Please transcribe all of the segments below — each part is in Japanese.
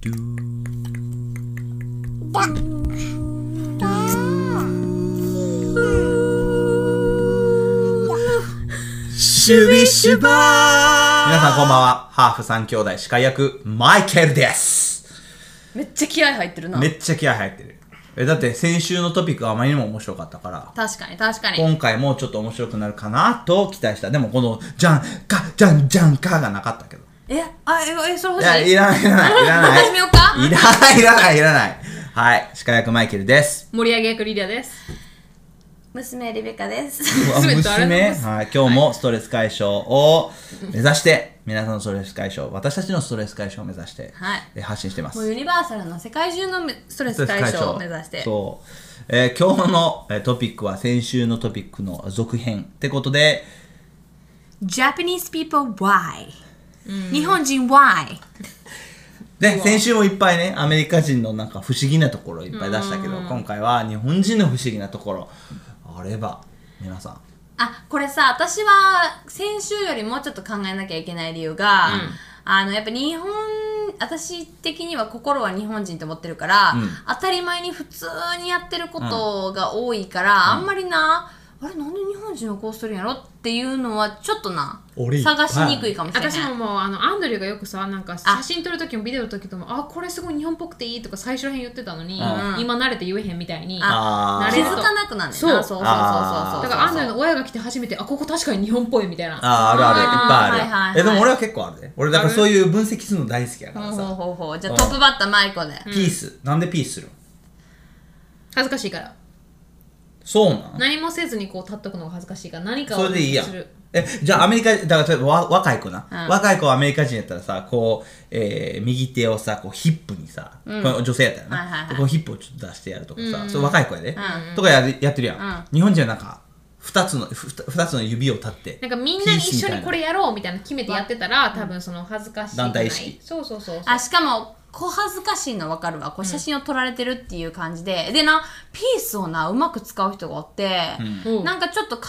ドゥーだだシュビシュバー皆さんこんばんは。ハーフ三兄弟司会役、マイケルです。めっちゃ気合入ってるなめっちゃ気合入ってる。え、だって先週のトピックがあまりにも面白かったから、確かに確かに今回もちょっと面白くなるかなと期待した。でもこの、じゃん、か、じゃん、じゃんかがなかったけど。えあええそいれ欲しや、いいらない、いらない、いらない。 始めようかいらない、いらない、いらない。はい、司会役マイケルです。盛り上げ役リリアです娘リベカですうわ 娘とあれ娘、の娘はい、今日もストレス解消を目指して、皆さんのストレス解消、私たちのストレス解消を目指して、はいえ発信してますもう。ユニバーサルの世界中のめストレス解消を目指してそう、えー今日のえートピックは先週のトピックの続編ってことで Japanese people why 日本人 why で先週もいっぱいねアメリカ人のなんか不思議なところいっぱい出したけど今回は日本人の不思議なところあれば皆さんあこれさ私は先週よりもうちょっと考えなきゃいけない理由が、あのやっぱ日本私的には心は日本人と思ってるから、ん当たり前に普通にやってることが多いから、あんまりなあれなんで日本人はこうするんやろっていうのはちょっとな俺いっぱいあ探るしにくいかもしれない私ももうあのアンドリューがよくさなんか写真撮る時もビデオの時ともあこれすごい日本っぽくていいとか最初らへん言ってたのに、うん今慣れて言えへんみたいにだかあなー気れづるかなくなんねんなそそうそうそううそうあーそうらアンドリューの親が来て初めてあここ確かに日本っぽいみたいなあーあるあるいっぱいある、はいはいはいえでも俺は結構あるで俺だからそういう分析するの大好きやからほうほうさほうほうじゃあトップバッターマイコで、ピースなんでピースするの恥ずかしいからそうなん何もせずにこう立っとくのが恥ずかしいから何かをそれでいいやんする。え、じゃあアメリカ、だから例えばわ若い子な、うん若い子はアメリカ人やったらさ、こう、えー右手をさ、こうヒップにさ、この女性やったらな、はいはいはいこうヒップをちょっと出してやるとかさ、そう若い子やで、とかやるやってるやん。日本人はなんか、二つの、ふふた二つの指を立って、なんかみんなに一緒ピースみたいになこれやろうみたいな決めてやってたら多分その恥ずかしい団体意識そうそうそうそうあしかも小恥ずかしいの分かるわこう写真を撮られてるっていう感じで、でなピースをなうまく使う人がおって、うんなんかちょっと隠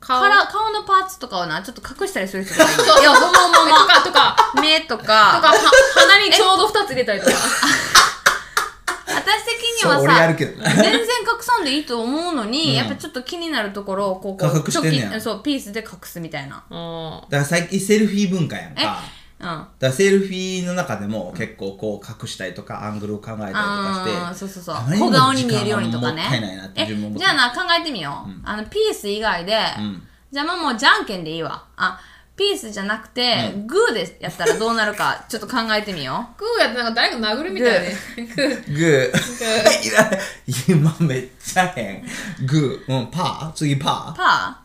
顔から顔のパーツとかをなちょっと隠したりする人がいるいやほんまほんまほんとかとかま目とかとかは鼻にちょうど2つ入れたりとか私的にそはう、俺やさるけどね。全然隠さんでいいと思うのに、やっぱちょっと気になるところをこうこう隠してんねやチョキそうピースで隠すみたいなうんだから最近セルフィー文化やんか。えだかうんらセルフィーの中でも結構こう隠したりとか、アングルを考えたりとかして、あーそうそうそうあまりに小も顔に見えるようにとか時間がもったいないなねってえ自分も思ってじゃあな考えてみよう、あのピース以外で、んじゃあもうじゃんけんでいいわあピースじゃなくて、グーでやったらどうなるか ちょっと考えてみよグーやってなんか誰か殴るみたいねグーグー。いらない。今めっちゃ変。グー。うん、パー次パうーパーあ、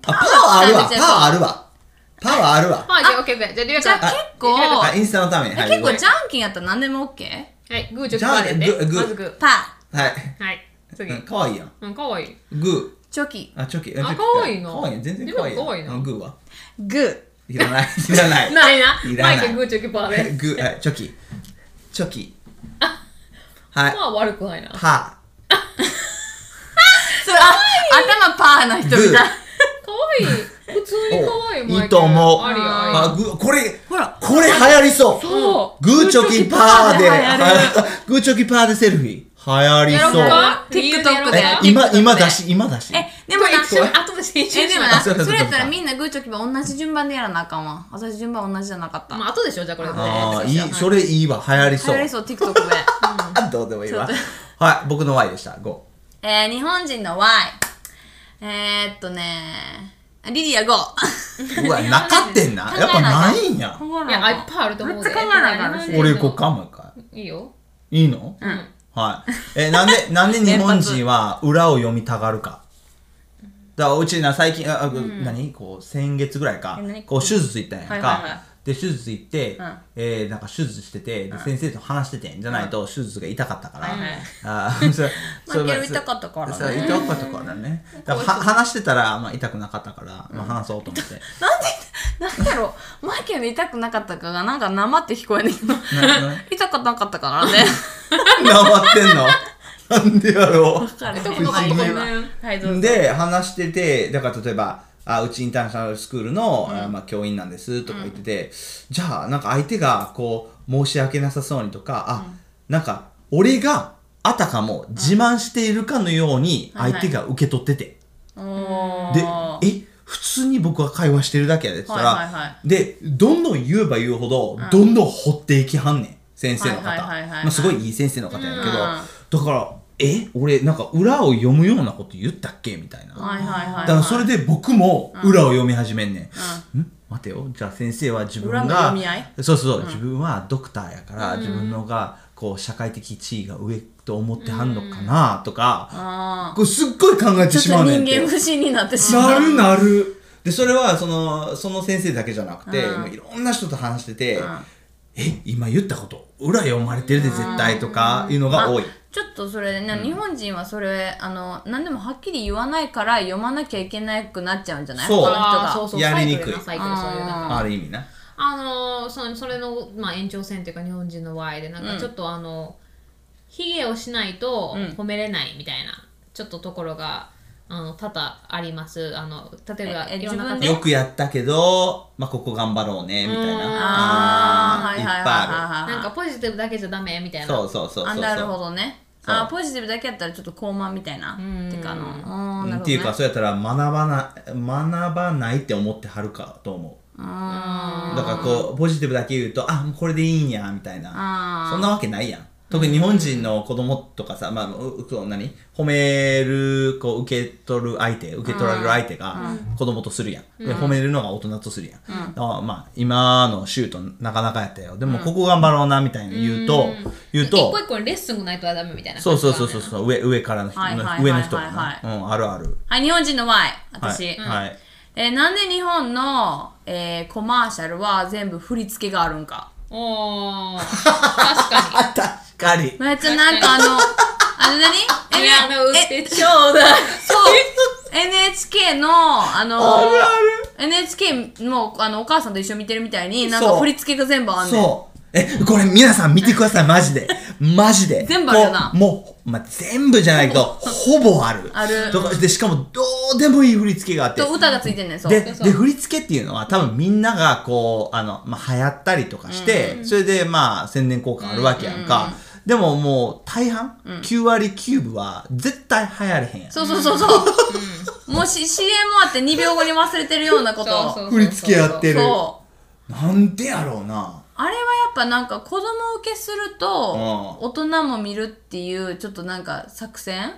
パーはあるわ。別パにーはあるわ。パーはあるわ。はいじゃあ OK じゃあリュウヤじゃ君あ結構あ、インスタのために。えはい、結ご構めんじゃんけんやったら何でも OK? はい、グーチョキパーでじゃあね。グーまずグー。パはい。はい、次。うん、かわいいやん。うん、かわいい。グーチョキー。あ、チョキ。あチョキかわいいなかわいい。全然かわいいやん。でもかわいいなうんグーは。グーいら ない。いらない。ないな。いらなマいイケルグーチョキパー で。グー、はいチョキ。チョキ。はい。まあ悪くないな。かパそれあ頭パーな人みたいわいい。普通にかわいい、おマイケル。いいと思うありー。ああ、グー、これ、ほらこれ流行りそう。り。そグーチョキパーで、グーチョグーチキパーで流行ョキパーでセルフィー。流行りやろそうう。か理由でやろ TikTok うでえか今、 TikTok で今だし、今だし。え でう。もこれな一緒に後で編集えでしもななあそうかそうかそれやったらみんなグーチョキパー同じ順番でやらなあかんわ私順番同じじゃなかった、まあ後でしょ、じゃあこれ。ああ、いい、それ。れいいわ。流行り流そう。行りそう TikTok であ どうでもいいわ。はい、僕の Y でした。5。えー、日本人の Y えー、っとねリリア GO うわ、なかってんな。やっぱないん や。考いや、あいっぱいあると思うめっで。ちゃ考えなあかんし俺行こうか、もう一回。いいよ。いいのんはい。え、なん で、なんで日本人は裏を読みたがるか。だからうちな、最近、あ、あ何こう、先月ぐらいかえ何。こう、手術行ったんやんはいはいはいか。で、手術行って、うんえーなんか手術してて、で先生と話しててんじゃないと、手術が痛かったから。はいはいあー それそれマイケル痛かったからねそう痛かったから ね。だからは話してたら、まあ、痛くなかったから、まあ、話そうと思って。 なんだろうマイケル痛くなかったかがなんか生って聞こえねんけどなな痛くなかったか らねなまってんの なんでやろうわかるどこどこどこね。はい、どうぞ。で話しててだから例えばあうちインターナショナルスクールの、あまあ、教員なんですとか言ってて、じゃあなんか相手がこう申し訳なさそうにとかあ、なんか俺があたかも自慢しているかのようにはい相手が受け取ってて、おでー、え、普通に僕は会話してるだけやでって言ったら、はいはいはで、どんどん言えば言うほど、どんどん掘っていきはんねん。先生の方。はいはいはいはいはいまあすごいいい先生の方やけど、うんだから、え、俺なんか裏を読むようなこと言ったっけみたいな。はいはいはいはいだからそれで僕も裏を読み始めんねん。ん待てよ。じゃあ先生は自分裏のが読み合い、そうそう、自分はドクターやから、自分のが、こう、社会的地位が上と思ってはんのかなとか、あこうすっごい考えてーちしょまうっとねん人て。間不信になってしまうなるなるでそれはそのその先生だけじゃなくて、うんもういろんな人と話してて、んえ今言ったこと裏読まれてるで絶対とかいうのが多い、あちょっとそれね、日本人はそれあの何でもはっきり言わないから読まなきゃいけなくなっちゃうんじゃないそう他の人あがーそうそうやりにくいサイクルなサイクルそういうなんかある意味なあのーそのそれの、まあ、延長線というか日本人の Y でなんかちょっとあのヒゲをしないとうん褒めれないみたいな、ちょっとところがあの多々ありますあの例えばええいろんな自分方でよくやったけど、まあ、ここ頑張ろうねみたいうんなあーはいいっはいはいぱいあはいはいなんかポジティブだけじゃダメみたいるなそうそうそうそうあそうなるほどねそうあーポジティブだけやったらちょっと高慢みたいなうんてかあのうあーんなるっほどねていうかそうやったら学ばな学ばないって思ってはるかと思うあだからこうポジティブだけ言うとあもうこれでいいんやみたいなあそんなわけないやん。特に日本人の子供とかさ、まあ、うう何褒める、こう、受け取る相手、受け取られる相手が子供とするやん。で、褒めるのが大人とするやん。だからまあ、今のシュートなかなかやったよ。でも、ここ頑張ろうな、みたいな言うと、言う一と個、一個にレッスンがないとダメみたいなそうそうそううそうそう、上、上からの人、はいはいはいはい上の人がな。うん、あるある。はい日本人の Y はい私、はい。えーなんで日本の、えーコマーシャルは全部振り付けがあるんかおー確かあ、確か に。めっちゃなんかあのあれ何にいやあのええちょうだいそう NHK のあの NHK のあのお母さんと一緒に見てるみたいになんかそう振り付けが全部あんねんそう。え、これ皆さん見てください、マジ で。マジで。全部あるよなこうもう、まあ、全部じゃないけど、ほぼある。あるとかで、しかも、どうでもいい振り付けがあって。と歌がついてんねんそうでそうで振り付けっていうのは多分みんながこうあの、まあ、流行ったりとかして、それでまあ宣伝効果あるわけやんか、でももう大半、9割9分は絶対流行れへんやんそうそうそうそう、もうし CM あって2秒後に忘れてるようなことそうそう振り付けやってるそうなんでやろうなあれはやっぱなんか子供受けするとう大人も見るっていうちょっとなんか作戦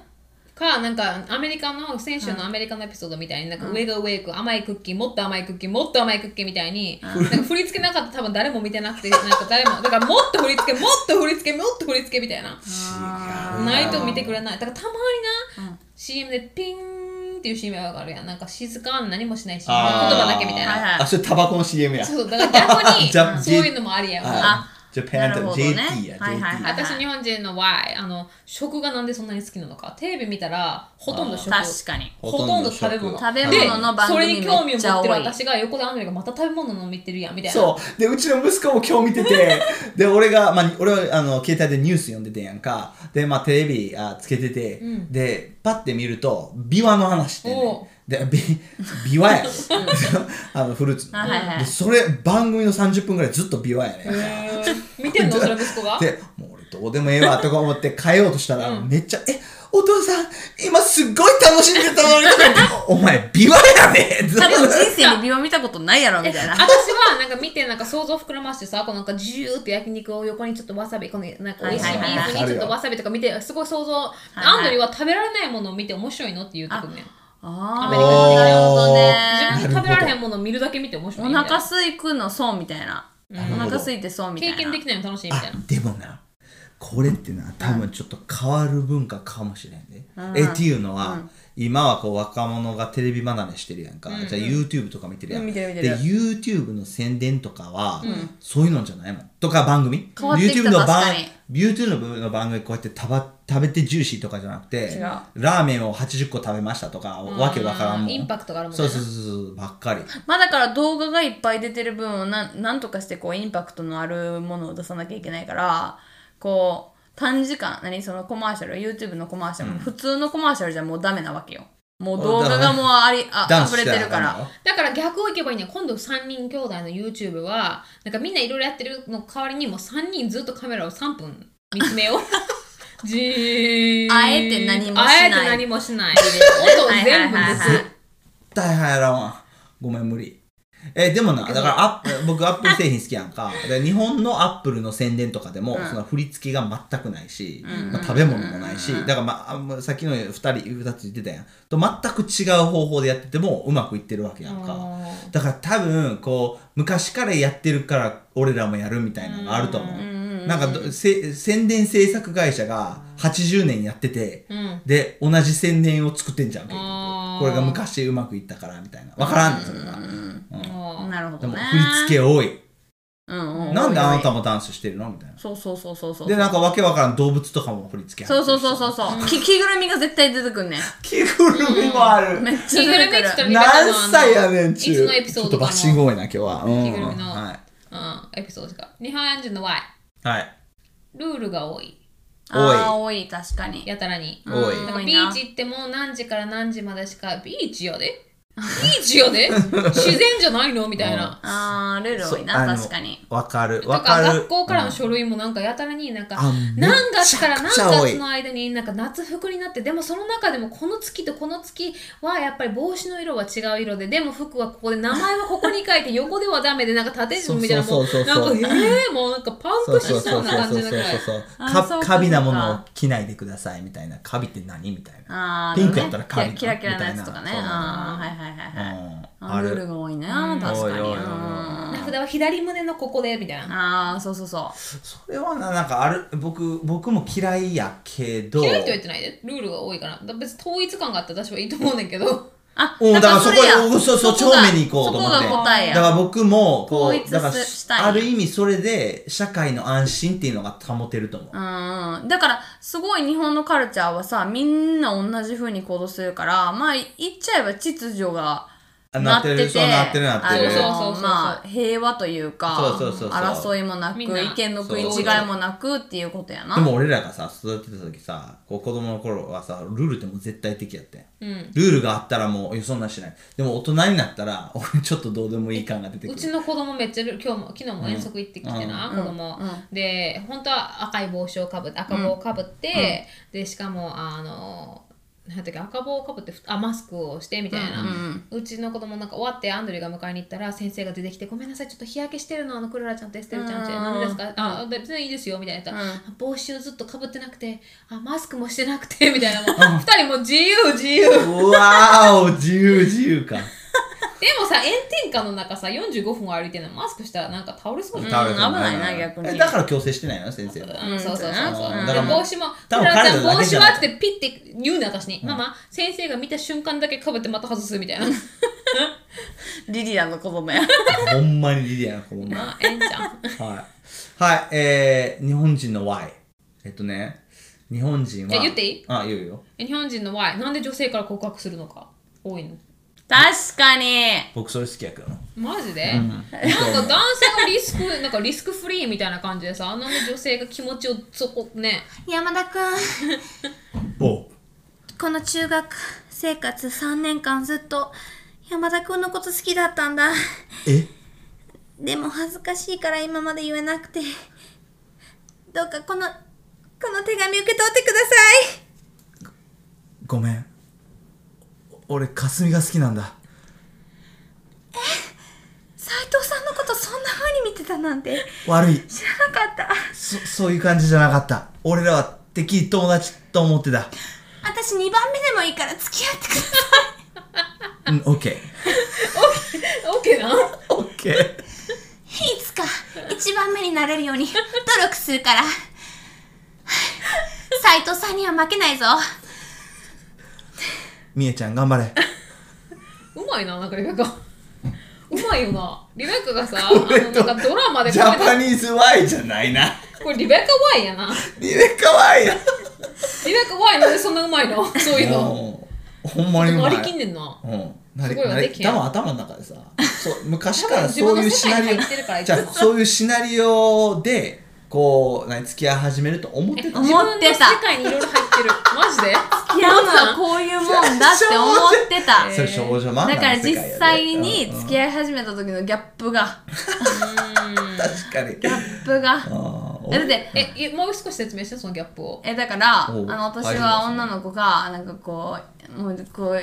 かなんかアメリカの先週のアメリカのエピソードみたいになんか上が上行く甘いクッキーもっと甘いクッキーもっと甘いクッキーみたいになんか振り付けなかったら多分誰も見てなくてなんか誰もだからもっと振り付けもっと振り付けもっと振り付けみたいな違うないと見てくれないだからたまにな CM でピンっていう CM があるやんなんか静か何もしない CM 言あー葉だけみたいはいはいなあそれタバコの CM やそうだから逆ジャにンそういうのもありやんああジャパンなるとほどね JT やはいはいはい JT 私日本人の Y あの食がなんでそんなに好きなのかテレビ見たらほとんど食確かにほとんど食べ物食べ物の番組でめっちそれに興ゃ多味いを持ってる私が横でアンドレがまた食べ物の見てるやんみたいなそう。で、うちの息子も今日見てて、で、俺が、まあ、俺は、あの、携帯でニュース読んでてんやんか。で、まあ、テレビあつけてて、で、パッて見ると、ビワの話して、ねお。で、ビ、ビワや。 あの、フルーツの。あはいはいで、それ、番組の30分ぐらいずっとビワやね。見てんのそれ息子がで、もう俺どうでもええわとか思って変えようとしたら、めっちゃ、え、お父さん、今すっごい楽しんでたのにとか言って、お前、ビワやで多分人生に美容見たことないやろみたいな私はなんか見てなんか想像膨らましてさこうなんかジューって焼肉を横にちょっとわさびこのなんか美味しいビはいはいはいーフにちょっとわさびとか見てすごい想像、いアンドリは食べられないものを見て面白いのって言うてくんねんあアあメリカのなるほどね自分で食べられへんものを見るだけ見て面白おいみたいな腹すいくのそうみたいなおるほど腹すいてそうみたい経な験できないの楽しいみたいあなでもなこれってな多分ちょっと変わる文化かもしれんね、えっていうのは、今はこう若者がテレビ離れしてるやんか、じゃあ YouTube とか見てるやん、うん見てる見てでる YouTube の宣伝とかは、そういうのじゃないもんとか番組変わってきた YouTube の番確かに YouTube の番組こうやってたば食べてジューシーとかじゃなくて違うラーメンを80個食べましたとかわけわからんもんインパクトがあるもんそねうそうそうそうばっかりまあだから動画がいっぱい出てる分をなんなんとかしてこうインパクトのあるものを出さなきゃいけないからこう短時間何そのコマーシャル YouTube のコマーシャルも普通のコマーシャルじゃもうダメなわけよもう動画がもうあり、あ、ダンス溢しれたてらるあかかんらの。だから逆をいけばいいね今度3人兄弟の YouTube はなんかみんないろいろやってるの代わりにもう3人ずっとカメラを3分見つめよ うじーあえて何もしないあえて何もしない音を全部はいはいはいはいです大変やらんわごめん無理えでもなだからアップ僕アップル製品好きやん かで日本のアップルの宣伝とかでも、その振り付けが全くないし、まあ、食べ物もないし、だから、まああんま、さっきの2人2つ言ってたやんと全く違う方法でやっててもうまくいってるわけやんかだから多分こう昔からやってるから俺らもやるみたいなのがあると思う,、なんかどせ宣伝制作会社が80年やってて、んで同じ宣伝を作ってんじゃん結局あーこれが昔うまくいったからみたいなわからんねそれは、うんもなるほでどもね。振り付け多いうんうん。なんであなたも。もダンスしてるのみたいなそうそうそうそうそう。でなんかわけわからん動物とかも振り付け入そっうてるそうしそうそうそう。き着ぐるみが絶対出てくんね。着ぐるみもある、めっち着ゃぐるみ出ってて言ったくらる。見方のあの何歳やねんちゅいうつのエピソーちょっドかともバッシング多いな今日は、うん、着ぐるみのはうんエピソードか日本人の Y い、はい、ルールが多いああ、多い、確かに。やたらに多いだか多らいビなーチ行っても何時から何時までしかビーチやでビーチやで自然じゃないのみたいな。ああ、ルール多いそうあな、の確かに。わかるとわかかる学校からの書類もなんかやたらになんかあ何月からめ何ちゃくちゃ多い月の間になんか夏服になってでもその中でもこの月とこの月はやっぱり帽子の色は違う色ででも服はここで名前はここに書いて横ではダメでなんか縦順みたいなもそううそうそうなんそかうええもうなんかパンそうクそうしそそうそううなそうそ感うじだそうからいあかそうかカビなものを着ないでくださいみたいなカビって何みたいなああ、ピンクやったらカビキラキラのやつとかみね。たいあなあ、はいはいはいはい。うんああルールるが多いな、確かに。多い多い多いうん名札は左胸のここでみたいなああ、そうそうそう。それはななんかある僕僕も嫌いやけど嫌いとは言ってないでルールが多いからだから別に統一感があったら私はいいと思うねんけどあ、おだからそこれやへそうそうそこが正面に行こうと思ってそこが答えだや。から僕もこ統う一だからしたいある意味それで社会の安心っていうのが保てると思う、うんうん、だからすごい日本のカルチャーはさみんな同じ風に行動するからまあ言っちゃえば秩序があなっててそうなってるなってるあそうそうそうのそうまあ平和というかそうそうそうそう争いもなくみんな意見の食い違いもなくっていうことやなでも俺らがさ育てた時さこう子供の頃はさルールってもう絶対的やってんうんルールがあったらもうよそんなんしないでも大人になったら俺ちょっとどうでもいい感が出てくうるちの子供めっちゃル今日も昨日も遠足行ってきてな、子供、で本当は赤い帽子をかぶって赤帽をかぶって、でしかもあのなんていうか赤帽をかぶってふあマスクをしてみたいな、うちの子供なんか終わってアンドリューが迎えに行ったら先生が出てきて「ごめんなさいちょっと日焼けしてるのあのクルラちゃんとエステルちゃんち、うん何ですかあ別にいいですよ」みたいな言ったら、帽子をずっとかぶってなくてあマスクもしてなくて」みたいなもう2人もう自由自由うわーお自由自由かでもさ炎天下の中さ45分歩いてるのマスクしたらなんか倒れそうじゃ倒んれ危てもないな逆にえだから強制してないの先生はうんそうそうそうそう。うんだでから帽子も、多分クラちゃ彼んらだ帽けじ子ゃないはってピッて言うね私に。ママ、先生が見た瞬間だけかぶってまた外すみたいな。リリアの子供や ほんまにリリアな子供や まあ、ええんちゃん。はいはいえー、日本人の Y えっとね日本人はえ言っていいあ言うよえ日本人の Y、なんで女性から告白するのか多いの確かに僕それ好きやけどなマジで、なんか男性がリスク、 なんかリスクフリーみたいな感じでさ、なんで女性が気持ちをそこね、山田くん、 おこの中学生活3年間ずっと山田くんのこと好きだったんだ。えでも恥ずかしいから今まで言えなくて。どうかこの、この手紙受け取ってください。ごめんお俺霞が好きなんだ斉藤さんのことそんな風に見てたなんて悪い知らなかったそそういう感じじゃなかった俺らはてっきり友達と思ってた私2番目でもいいから付き合ってくださうん OK オッケーない OK いつか1番目になれるように努力するから 斉藤さんには負けないぞみえちゃん頑張れうまいな、なんかリベカ。うまいよな。リベカがさ、あのなんかドラマでジャパニーズ Y じゃないなこれリベカ Y やな。リレかわいいなリベカ Y なんでそんなうまいのそういうの。うんほんまにうまい割り切んねんな。うん、なすりごいわなりできへん多分頭の中でさそう昔からそういうシナリ多分自分の世界に入ってるかオらじゃあそういうシナリオでこう何付き合い始めると思ってた自分の世界にいろいろ入ってる。マジで付き合うのはこういうもんだって思ってた。それ少女漫画のだ世から界やで実際にうん付き合い始めた時のギャップが、確かにギャップが。あーえだって、えいもう少し説明してそのギャップをえだからあおうの私ありますは女の子がなんかこうもうこう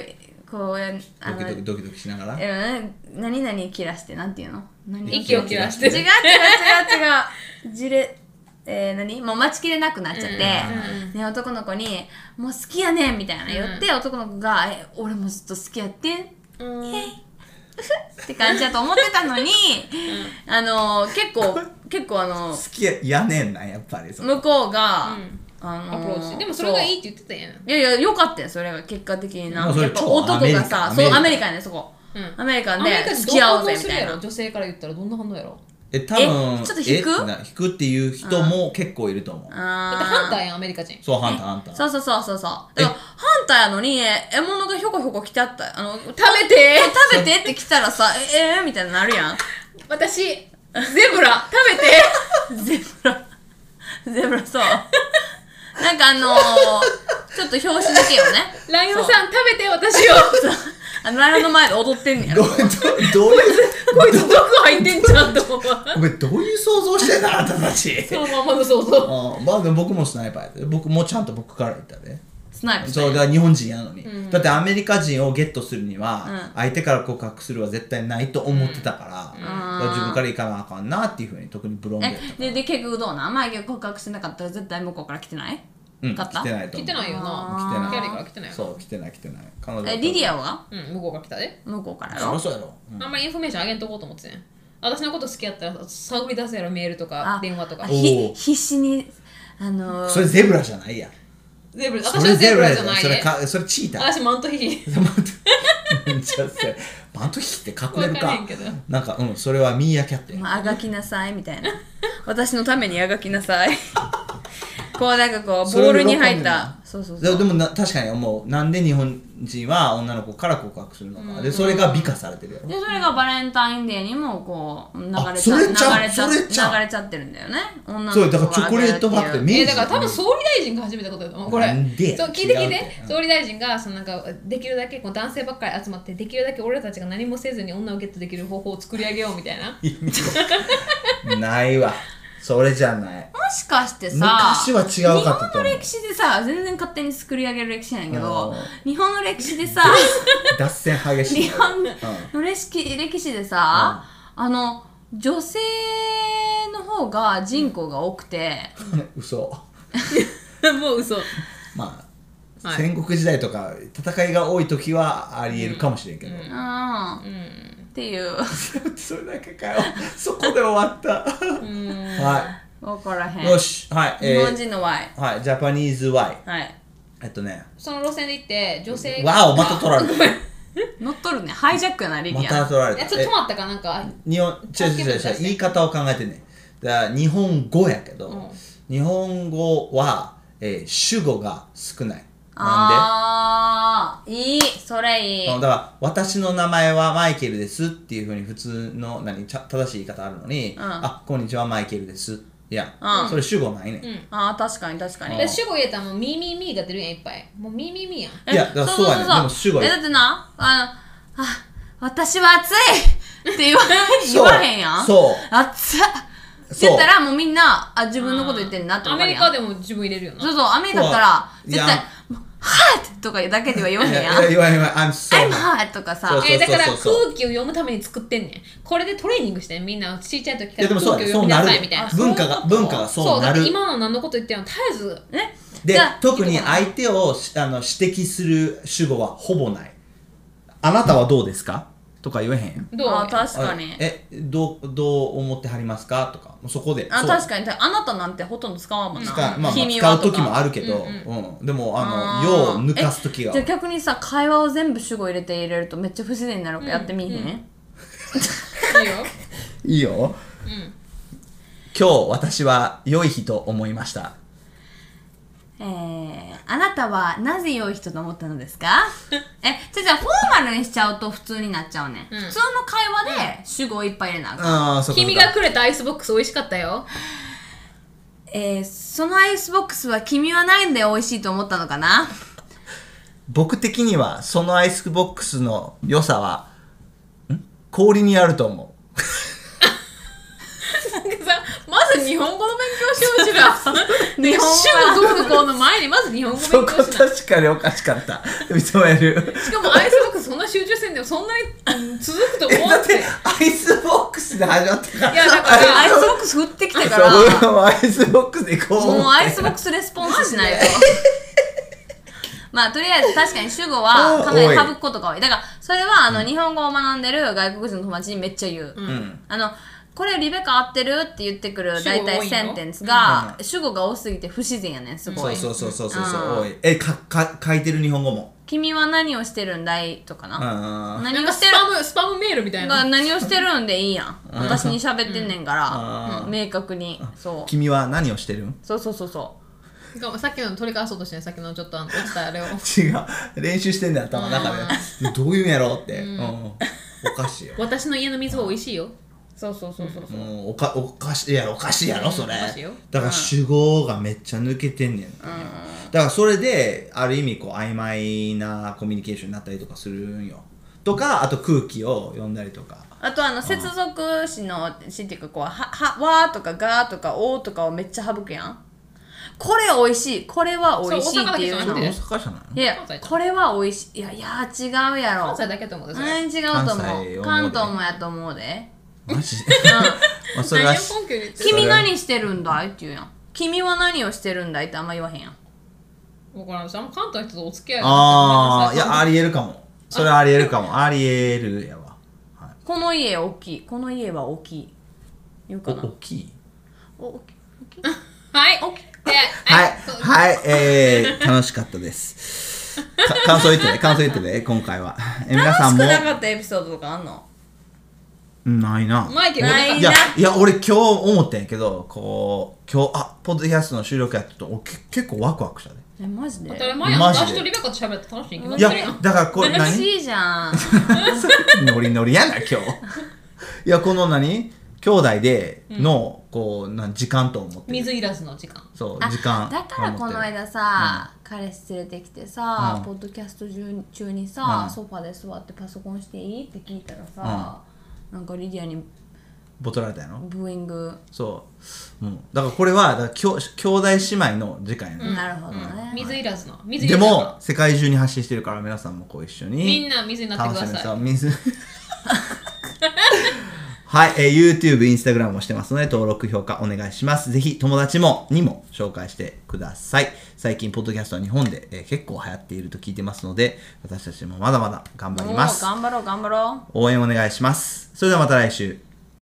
こうやあドキドキのドキドキしながらえ何々切らしてなんていうの何え違う息を切らし違てう違う違うじれえー、何もう待ちきれなくなっちゃって、ね、男の子に「もう好きやねん」みたいな言って、男の子が「え俺もずっと好きやってん」って感じだと思ってたのに、あの結構結構あの好きややねんなやっぱりその向こうが、んあのアプローチでもそれがういいって言ってたやんいやいや、よかったよ、それが結果的にな。まあそれやっぱ超アメ男リがカさ、アメそリう、カアメリカやね、そこ。うんアメリカアメリでカ人付どき合おううどうぜ、みするたいやなろ。女性から言ったらどんな反応やろえ多分えちょっと引くえな引くっていう人も結構いると思う、だってハンターやんアメリカ人そうハンターハンターそうそうそうそうそう。えだから、ハンターやのに、え獲物がひょこひょこ来ちゃった。あの、食べて食べてって来たらさ、ええー、みたいになるやん。私ゼブラ食べ てゼブラ、ゼブラそう。なんかあのー、ちょっと表紙だけよね。ライオンさん食べ て私をあの、ライオンの前で踊ってんね やどろ。うどどういうこいつ毒入ってんじゃんと 思うお前どういう想像してんだあなたたちそのままの想像あまあでも僕もスナイパーやで僕もちゃんと僕から言ったでスナイプしたそんやうだから日本人やのに、だってアメリカ人をゲットするには、相手から告白するは絶対ないと思ってたから,、だから自分から行かなあかんなっていうふうに特にブロンドやったからえでで結局どうなん眉毛告白してなかったら絶対向こうから来てない、うん買った来てないと来思うてないよな来てないキャリーから来てないよそう来てない来てない彼女えリリアアはうん向こうが来たで向こうからやそりゃろそうやろ、うんあんまりインフォメーションあげんとこうと思ってね私のこと好きやったら探り出せやろメールとかあ電話とかあおうひ必死にあのーそれゼブラじゃないやんゼブラそ私れゼはゼブブララじじゃなゃないいそれでかそれチー ター私マントヒヒめっちゃそれマントヒヒって隠れるわからかへんけどなんかうんそれはミーアキャットやまあ、あがきなさいみた いな私のためにあがきなさいこうなんかこうボールに入ったそうそうでそうでもな確かに思うなんで日本人は女の子から告白するのか、でそれが美化されてるやろ、でそれがバレンタインデーにもこう流れちゃあそれちゃう流れちゃそれちゃう流れちゃってるんだよね女の子そうだからチョコレートファクトリー明治えだから多分総理大臣が始めたことだと思うこれなんでやそう聞いて聞い違うってて総理大臣がそのなんかできるだけこう男性ばっかり集まってできるだけ俺たちが何もせずに女をゲットできる方法を作り上げようみた いな ないわそれじゃないもしかしてさ昔は違うかった日と本思うの歴史でさ全然勝手に作り上げる歴史なんやけど日本の歴史 でさ脱線激しい日本うんの歴史歴史でさ、あの女性の方が人口が多くて、 嘘もう嘘まあはい戦国時代とか戦いが多い時はありえるかもしれんけど、うんうんっていう それだけかよそこで終わったは分からへいんよしはい、え日本ー、人の Y はいジャパニーズ Y はいえっとねその路線で行って女性がわおまた取ら れ乗っ取るねハイジャックやなリたリアまた取られいやたちょっと止まったかなんか日本違う違う違う違う言い方を考えてねだから日本語やけど、ん日本語は、えー主語が少ないなんであーいいそれいいあのだから私の名前はマイケルですっていうふうに普通の何ちゃ正しい言い方あるのに、あこんにちはマイケルですいや、それ主語ないね、んあー確かに確かにで主語入れたらもうミーミーミーが出るやんいっぱいもうミーミーミーやんいやだからそうやねでも主語えやだってなあのあ私は暑いって 言わ言わへんやんそう暑っってそう言ったらもうみんなあ自分のこと言ってんなってアわかメるリやカんでも自分入れるよなそうそうアメリカだったらいや絶対「もう hot」とかだけでは言わへんいやんやいやいやいや I'm 「so I'm hot」とかさそうそうえーだからそう空そうそう気を読むために作ってんねんこれでトレーニングしてんみんなちっちゃい時いかやらでも空そう気やねそうを読みななるさいみたいな文化が文化がそうなだっるて今の何のこと言ってんの絶えずねでじゃあ特に相手をしあの指摘する主語はほぼないあなたはどうですかとか言えへんやんどうあ確かにえどうどう思ってはりますかとかもうそこであそう確かにあなたなんてほとんど使わんもんな使うまあまあ君使はうとか時もあるけど、うんでもあの用を抜かす時がえじゃあ逆にさ会話を全部主語入れて入れるとめっちゃ不自然になるからやってみへん、いいよいいよ、今日私は良い日と思いましたえー、あなたはなぜ良い人と思ったのですかえ、じゃあじゃあフォーマルにしちゃうと普通になっちゃうね。普通の会話で主語をいっぱい入れなあかんああそっかそっ君かがくれたアイスボックス美味しかったよえー、そのアイスボックスは君はないんで美味しいと思ったのかな僕的にはそのアイスボックスの良さはん氷にあると思うなんかさまず日本語の勉強しようしら日日本語本語どうのこうの前にまず日本語そ勉こ強しな確かにおかしかった認めるしかもアイスボックスそんな集中戦でもそんなにうん続くと思えだっっててアイスボックスで始まったからいやだかアイらスボックス降ってきたからそうもうアイスボックスでこうもうアイスボッククスレスポンスしないと。 まあとりあえず確かに主語はかなり省くことが多い。だからそれはあの、日本語を学んでる外国人の友達にめっちゃ言う。んあのこれリベカ合ってるって言ってくる大体センテンス多いがよ主語が多すぎて不自然やねんすごそい。うそうそうそうそううん多いえかか書いてる日本語も君は何をしてるんだいとかうんうな。んうんな何んをかしスてるパムスパムメールみたいがな何をしてるんでいいやん。私に喋ってんねんから、うんうん明確に。そう。君は何をしてるんそうそうそうそう。しかもさっきの取り返そうとしてねさっきのちょっとあの落ち たあれを違う練習してんだよ頭の中でどういうんやろうって、うんおかしいよ私の家の水は美味しいよそうそうそうそう。うんおかおかしいやろおかしいやろそれおかしいよだから主語がめっちゃ抜けてんねんってねだからそれである意味こう曖昧なコミュニケーションになったりとかするんよとかあと空気を読んだりとかあとあの接続詞の詞っていうかこうははわーとかがーとかおーとかをめっちゃ省くやんこれ美味しいこれは美味しいっていうそう大阪だけじゃのなく大ていね阪じゃないのや関西これは美味しいいやいや違うやろ関西だけだと思うでそれ全然違うと関思西う思うで関東もやと思うでマジで まあそれ何はを根拠に言ってる君何してるんだいって言うやん君は何をしてるんだいってあんま言わへんやんわからんしあんま関東の人とお付き合いああいやありりえるかもそれはありえるかもありえるやわ、はい、この家大きいこの家は大きい言うおかな大きいお大きいはいではいそう、はい、えー、楽しかったです。か感想言ってね、感想言ってね、今回は。え皆さ楽んしくも、なかったエピソードとかあんのないな。マイケルないや、いや、俺今日思ったんやけど、こう、今日、あ、ポッドキャストの収録やってて、俺け結構ワクワクしたね。えマジで当たり前やんマジで私とリベカと喋って楽しいに決まっいてやるやん、だからこれ、楽し何いじゃん ノリノリやな、今 日。いや、この何兄弟での、こう、なん時間と思ってる。水いらずの時間そう、あ時間。だからこの間さ、彼氏連れてきてさ、うんポッドキャスト中中にさ、うんソファで座ってパソコンしていいって聞いたらさ、なんかリディアにボトられたやろブーイング、そう、うん、だからこれはだからきょ兄弟姉妹の時間やね、なるほどね、水いらずの水いでらずのも世界中に発信してるから皆さんもこう一緒にみんな水になってください楽しみにさ水 はい、えー YouTube、Instagram もしてますので登録、評価お願いします。ぜひ友達もにも紹介してください。最近、ポッドキャストは日本で、えー結構流行っていると聞いてますので私たちもまだまだ頑張りもうます。頑張ろう頑張ろう応援お願いします。それではまた来週。